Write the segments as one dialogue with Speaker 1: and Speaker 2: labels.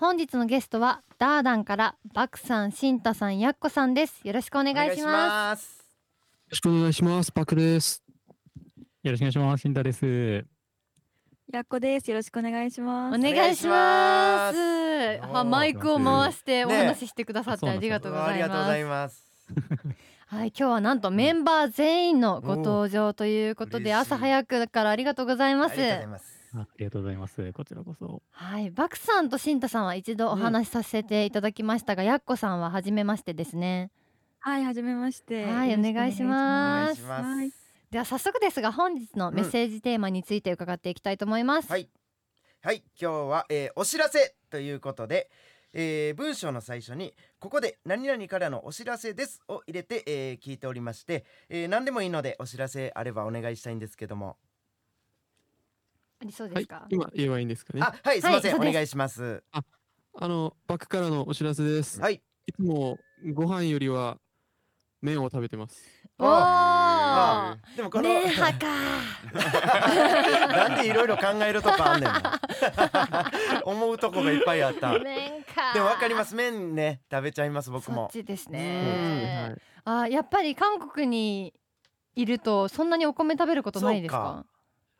Speaker 1: 本日のゲストはダーダンからバクさん、シンタさん、ヤッコさんです。よろしくお願
Speaker 2: お願
Speaker 1: い
Speaker 2: い
Speaker 1: し
Speaker 2: し
Speaker 1: ます。
Speaker 2: ます。
Speaker 3: よろしくお願いします。パクです。
Speaker 4: よろしくお願いします。シンタです。
Speaker 5: やっこです。よろしくお願いし
Speaker 1: お
Speaker 5: ます。
Speaker 1: 願いします。
Speaker 2: 願いします
Speaker 1: あマイクを回してお
Speaker 2: ね
Speaker 1: 話ししてくださってありがとうご
Speaker 2: わあ
Speaker 1: ざ
Speaker 2: り
Speaker 1: い
Speaker 2: がとうご
Speaker 1: ま
Speaker 2: ざい
Speaker 1: す。
Speaker 2: ます。
Speaker 1: はい、今日はなんとメンバー全員のご登場ということ
Speaker 2: おー嬉し
Speaker 1: で、
Speaker 2: い
Speaker 1: 朝早くからありがとうございま
Speaker 2: あ
Speaker 1: す
Speaker 2: り。がとうございます。
Speaker 4: あありがとうございます。こちらこそ。
Speaker 1: はい、バクさんとシンタさんは一度お話しさせていただきましたが、ヤッコさんは初めましてですね。
Speaker 5: はい、はじめまして。
Speaker 1: はい
Speaker 5: よろく
Speaker 1: お願いし
Speaker 2: お
Speaker 1: ま
Speaker 2: 願
Speaker 1: す
Speaker 2: いします。
Speaker 5: はい
Speaker 1: では早速ですが、本日のメッセージテーマについて伺っていきたいと思います。
Speaker 2: はい。はい、今日は、えーお知らせということで、えー文章の最初にここで何々からのお知らせですを入れて、えー聞いておりまして、えー何でもいいのでお知らせあればお願いしたいんですけども、
Speaker 1: ありそうで
Speaker 3: は
Speaker 1: す
Speaker 3: い
Speaker 1: か。、
Speaker 3: 今言えばいいんですかね。
Speaker 2: あ、はい、すい
Speaker 1: はい
Speaker 2: ません、
Speaker 1: そうです
Speaker 2: お願いします。
Speaker 3: あのバックからのお知らせです。
Speaker 2: はい、
Speaker 3: いつもご飯よりは麺を食べてます。
Speaker 1: おお、
Speaker 2: まあ、でもこの、
Speaker 1: ねえ、はか。
Speaker 2: なんでいろいろ考えるとかあんねんな。 思うとこがいっぱいあった。で
Speaker 1: 麺か。
Speaker 2: もわかります、麺ね、食べちゃいます、僕
Speaker 1: そっ
Speaker 2: も。
Speaker 1: ちです
Speaker 3: うん
Speaker 1: ね
Speaker 3: は。
Speaker 1: あ、
Speaker 3: い
Speaker 1: やっぱり韓国にいるとそんなにお米食べることないですか。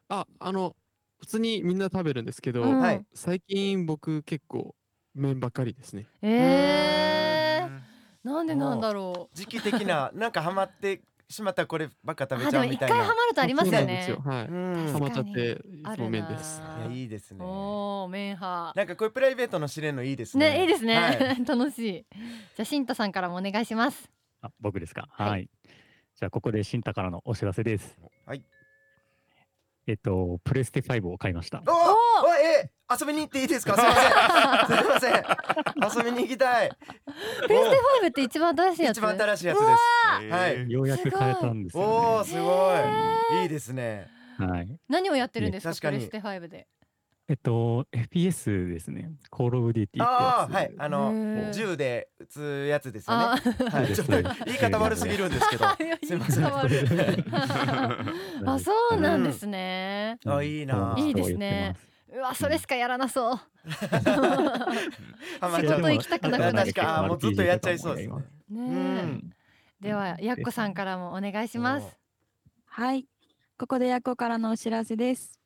Speaker 3: あ、あの普通にみんな食べるんですけど、
Speaker 1: うん
Speaker 2: はい
Speaker 3: 最近僕結構麺ばっかりですね。
Speaker 1: え
Speaker 2: うーん
Speaker 1: え、なんでなんだろ
Speaker 2: 時期的な、なんかハマってしまったらこればっか
Speaker 1: う。
Speaker 2: 食べ
Speaker 1: あ、
Speaker 2: ち
Speaker 1: で
Speaker 2: ゃ
Speaker 1: も
Speaker 2: うみ
Speaker 1: 一
Speaker 2: た
Speaker 1: 回
Speaker 2: いな。
Speaker 1: ハマるとありますよ
Speaker 3: そうなんです
Speaker 1: ね
Speaker 3: よ。。はい。
Speaker 2: うん
Speaker 3: ハマっちゃ
Speaker 1: 確か
Speaker 3: っ
Speaker 1: に
Speaker 3: てい
Speaker 1: あ
Speaker 3: つも
Speaker 1: る
Speaker 3: 麺
Speaker 1: な
Speaker 3: です。
Speaker 2: いやいいですね。
Speaker 1: おお、麺派。
Speaker 2: なんかこういうプライベートの知れるのいいですね。
Speaker 1: ね、いいですね。
Speaker 2: はい、
Speaker 1: 楽しい。じゃあ、しんたさんからもお願いします。
Speaker 4: あ、僕ですか。
Speaker 1: はい
Speaker 4: はい。じゃあ、ここでシンタからのお知らせです。
Speaker 2: はい。
Speaker 4: えっと、プレステ5を買いました。
Speaker 2: お
Speaker 1: お
Speaker 2: お、おえー、遊びに行っていいですか。すみません。す みません。遊びに行きたい。
Speaker 1: プレステ5って一番新しいやつ。
Speaker 2: 一番
Speaker 1: し
Speaker 2: 新しいやつ
Speaker 1: う
Speaker 2: で
Speaker 1: わ
Speaker 2: はい。
Speaker 4: ようやく買えたんですす
Speaker 2: おお、
Speaker 4: よ、
Speaker 2: す
Speaker 1: へ
Speaker 2: ごい。
Speaker 1: ー
Speaker 2: いいですね。
Speaker 4: ね。はい。
Speaker 1: 何をやってるんですか。
Speaker 2: 確か
Speaker 1: プ
Speaker 2: に
Speaker 1: レステ5で。
Speaker 4: えっと、FPS ですね。コールオブディティ
Speaker 2: あ
Speaker 4: っ
Speaker 2: あ、
Speaker 4: て
Speaker 2: は
Speaker 4: や
Speaker 2: い
Speaker 4: つ。。
Speaker 2: あの、
Speaker 1: へー
Speaker 2: 銃で撃つやつですよね。
Speaker 1: あ
Speaker 2: は
Speaker 4: そう
Speaker 2: い、
Speaker 4: で
Speaker 2: ちょ
Speaker 4: す
Speaker 2: っと言い方悪すぎるんです けど。
Speaker 1: あ
Speaker 2: あ、す
Speaker 1: す
Speaker 2: いませ ん
Speaker 1: あ、そうなんですね。
Speaker 2: あいいなあ
Speaker 1: いいですね。うわ、それしかやらな そう。
Speaker 2: ハマっ
Speaker 1: 仕
Speaker 2: ちゃ
Speaker 1: 事
Speaker 2: う。
Speaker 1: 行きたくなくなる
Speaker 2: 確。か、あーもうずっとやっちゃいそうですね。う
Speaker 1: ね
Speaker 2: ん。
Speaker 1: え。では、やっこさんからもお願いします。
Speaker 5: はい。ここでやっこからのお知らせです。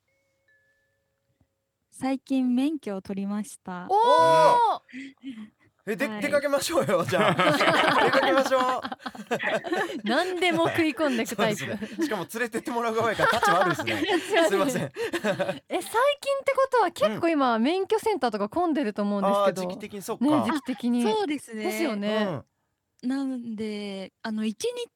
Speaker 5: 最近免許を取りました
Speaker 1: お。お。
Speaker 2: え、で、
Speaker 5: はい
Speaker 2: 出かけましょうよ、 じゃあ。出かけましょう。
Speaker 1: 何でも食い込んでいくタイプ。
Speaker 2: そう ですねしかも連れてってもらう側やからタッチ悪いですねすいません
Speaker 1: え最近ってことは結構今免許センターとか混んでると思うんで
Speaker 2: あ
Speaker 1: す
Speaker 2: あ
Speaker 1: け
Speaker 2: 時
Speaker 1: ど、
Speaker 2: 期的にそっか、
Speaker 1: ね時期的に
Speaker 5: そうですね。
Speaker 1: ですよ
Speaker 2: う
Speaker 1: ね。
Speaker 2: ん
Speaker 5: なんで、あの一日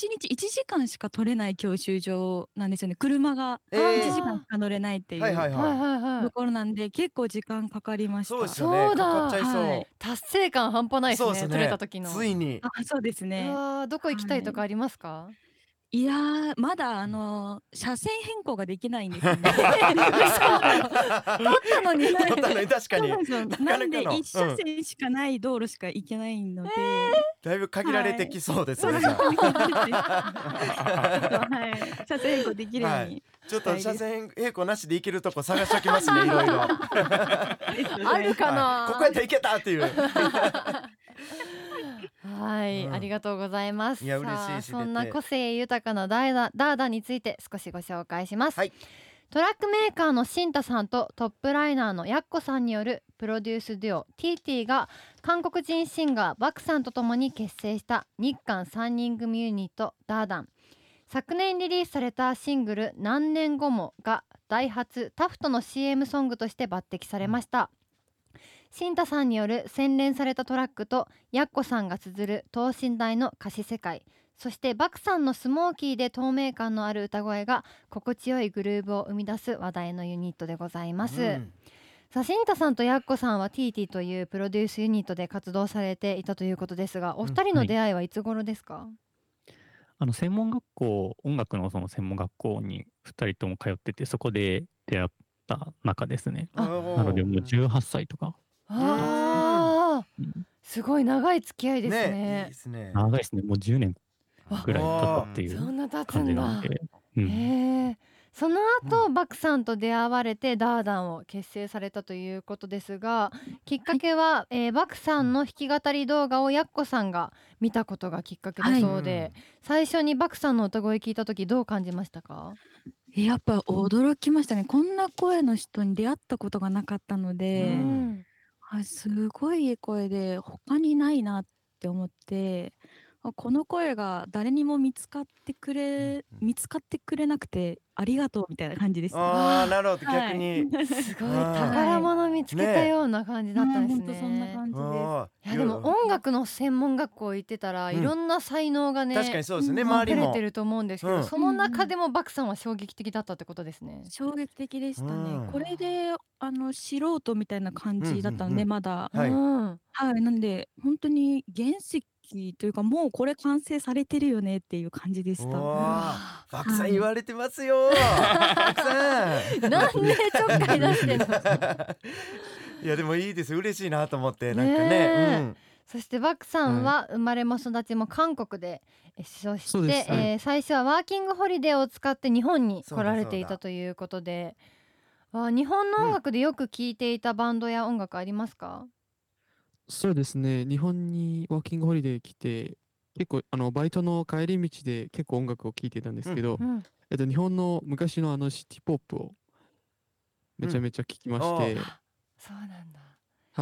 Speaker 5: 一日一時間しか取れない教習所なんですよね。車が
Speaker 2: え
Speaker 5: 一
Speaker 2: ー
Speaker 5: 時間しか乗れないってい
Speaker 2: はいはいう
Speaker 1: はいはい
Speaker 2: は
Speaker 1: は
Speaker 5: と
Speaker 1: い。
Speaker 5: ころなんで、結構時間かかりま
Speaker 2: い
Speaker 5: した。
Speaker 2: そうですよね
Speaker 1: そうだ
Speaker 2: かかっちゃいそう、
Speaker 5: はい
Speaker 1: 達成感半端ないです
Speaker 2: そう
Speaker 1: ね。
Speaker 2: ですね
Speaker 1: 取れた時の。
Speaker 2: ついに
Speaker 5: あ、そうですね
Speaker 1: う。わーどこ行きたいとかありますか？
Speaker 5: いやー、まだあの車線変更ができないんで すよね。
Speaker 1: あったのに。
Speaker 2: 乗ったのに確か
Speaker 5: そう
Speaker 2: に
Speaker 5: なんですよ
Speaker 2: かなか
Speaker 5: なんで
Speaker 2: の
Speaker 5: 一車線しかない道路しか行けないので、
Speaker 2: だいぶ限られてきそうです
Speaker 5: そう
Speaker 2: ね、
Speaker 5: なん
Speaker 2: じ
Speaker 5: で
Speaker 2: ゃあ
Speaker 5: すよはい、車線変更できるように、
Speaker 2: ちょっと車線並行なしで行けるとこ探しておきますねいろいろ
Speaker 1: あるかな
Speaker 2: はいここやったら行けたっていう
Speaker 1: はい、
Speaker 2: うん
Speaker 1: ありがとうございます。
Speaker 2: いや嬉しい
Speaker 1: さあ
Speaker 2: 知れ
Speaker 1: そ
Speaker 2: て
Speaker 1: んな個性豊かなダーダダーダについて少しご紹介します。
Speaker 2: はい
Speaker 1: トラックメーカーのシンタさんとトップライナーのヤッコさんによるプロデュースデュオ TT が韓国人シンガーバクさんと共に結成した日韓3人組ユニットダーダン昨年リリースされたシングル「何年後も」がダイハツタフトの CM ソングとして抜擢されましたシンタさんによる洗練されたトラックとヤッコさんが綴る等身大の歌詞世界そしてバクさんのスモーキーで透明感のある歌声が心地よいグルーブを生み出す話題のユニットでございます、
Speaker 2: うん
Speaker 1: さあシンタさんとヤッコさんは TT というプロデュースユニットで活動されていたということですがお二人
Speaker 4: は
Speaker 1: の
Speaker 4: い
Speaker 1: 出会いはいつ頃ですか、
Speaker 4: あの専門学校、音楽のその専門学校に2人とも通ってて、そこで出会った中ですね。
Speaker 1: あ
Speaker 2: おー
Speaker 4: なので、もう18歳とか、
Speaker 1: ああ
Speaker 4: うん
Speaker 1: すごい長い付き合いですね
Speaker 2: ねいいですね
Speaker 4: 長いですね、もう10年ぐらい経ったってい
Speaker 1: そ
Speaker 4: うん
Speaker 1: な経つ
Speaker 4: 感じ
Speaker 1: ん
Speaker 4: な
Speaker 1: だ
Speaker 4: ので、うん
Speaker 1: へえその後、バクさんと出会われてダーダンを結成されたということですがきっかけは、えーバクさんの弾き語り動画をやっこさんが見たことがきっかけだそうで、最初にバクさんの歌声聞いた時どう感じましたか
Speaker 5: やっぱ驚きましたねこんな声の人に出会ったことがなかったので、
Speaker 2: うん
Speaker 5: はい、すごいいい声で他にないなって思ってあこの声が誰にも見つかってくれ
Speaker 2: うんうん
Speaker 5: 見つかってくれなくてありがとうみたいな感じでした。
Speaker 2: ああ なるほど
Speaker 5: はい
Speaker 2: 逆に、
Speaker 1: すごい
Speaker 2: あー
Speaker 1: 宝物見つけた
Speaker 2: ね
Speaker 1: ような感じだ
Speaker 5: だ
Speaker 1: っ
Speaker 5: ったた
Speaker 1: ん
Speaker 5: ん
Speaker 1: で
Speaker 5: ですす
Speaker 1: ね。
Speaker 5: ね。そんな感じです。
Speaker 2: あ
Speaker 1: い
Speaker 2: ー
Speaker 1: やでも
Speaker 2: ろ
Speaker 1: 音楽の専門学校行ってたら
Speaker 2: うん
Speaker 1: いろんな才能がね、
Speaker 2: いろ確かにそうですね
Speaker 5: うん
Speaker 2: 周
Speaker 1: 溢
Speaker 2: り
Speaker 1: れ
Speaker 2: も
Speaker 1: てると思うんですけど、
Speaker 2: うん
Speaker 1: その中でもバクさんは衝撃的だったってことですね。
Speaker 5: 衝撃的でしたね。
Speaker 2: うん
Speaker 5: これであの素人みたいな感じだったので、
Speaker 2: うんうんうん
Speaker 5: まだ。
Speaker 2: はい
Speaker 1: うん、
Speaker 5: はい、なんで本当に原石というかもうこれ完成されてるよねっていう感じでし
Speaker 2: お
Speaker 5: た。
Speaker 2: ー
Speaker 1: わ
Speaker 2: バクさん言われてますよバクさん
Speaker 1: あなんでちょっかい出 してんの
Speaker 2: いやでもいいです嬉しいなと思って
Speaker 1: ね
Speaker 2: な
Speaker 1: え
Speaker 2: んかね
Speaker 1: そしてバクさんは生まれも育ちも韓国で、えそして
Speaker 3: そうです
Speaker 1: えー最初はワーキングホリデーを使って日本に
Speaker 2: そう
Speaker 1: 来
Speaker 2: だ
Speaker 1: られてい
Speaker 2: そう
Speaker 1: た
Speaker 2: だ
Speaker 1: ということであ日本の音楽でよく聴いていたバンドや音楽ありますか、
Speaker 3: そうですね、日本にワーキングホリデー来て、結構あのバイトの帰り道で結構音楽を聴いてたんですけど、
Speaker 1: うん、
Speaker 3: えっと、日本の昔のあのシティポップをめちゃめちゃ聴きまして、
Speaker 2: うん
Speaker 1: そうなんだ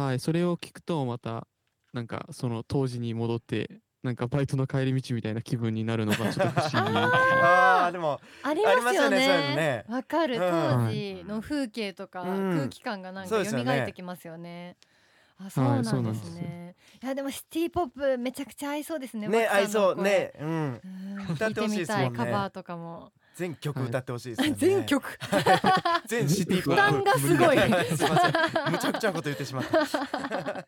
Speaker 3: はい、それを聞くとまた、なんかその当時に戻って、なんかバイトの帰り道みたいな気分になるのがちょっと不思 議。
Speaker 2: うんああでも
Speaker 1: ありますよ
Speaker 2: ありますよねそういう
Speaker 1: ね
Speaker 2: のね。
Speaker 1: わ、かる
Speaker 2: うん
Speaker 1: 当時の風景とか
Speaker 2: うん
Speaker 1: 空気感がなん
Speaker 2: そう
Speaker 1: か
Speaker 2: ですよね
Speaker 1: 蘇ってきますよね。あ、そうなん
Speaker 3: そうなん
Speaker 1: で
Speaker 3: ですす
Speaker 1: ね。いやでもシティポップめちゃくちゃ合いそうですね。
Speaker 2: ね
Speaker 1: ワ
Speaker 2: 合
Speaker 1: ク
Speaker 2: い
Speaker 1: さんの声
Speaker 2: そう。ねうん
Speaker 1: うん
Speaker 2: 歌
Speaker 1: 聞
Speaker 2: っ
Speaker 1: い
Speaker 2: て
Speaker 1: て
Speaker 2: ほしい
Speaker 1: み
Speaker 2: ですもん
Speaker 1: た
Speaker 2: ね
Speaker 1: いカバーとかも。
Speaker 2: 全曲歌ってほしいですよね
Speaker 1: 全曲。
Speaker 2: 全シティポ
Speaker 1: 負担
Speaker 2: ッ
Speaker 1: がすごい。
Speaker 2: プすいませんむちゃくちゃなこと言ってしまった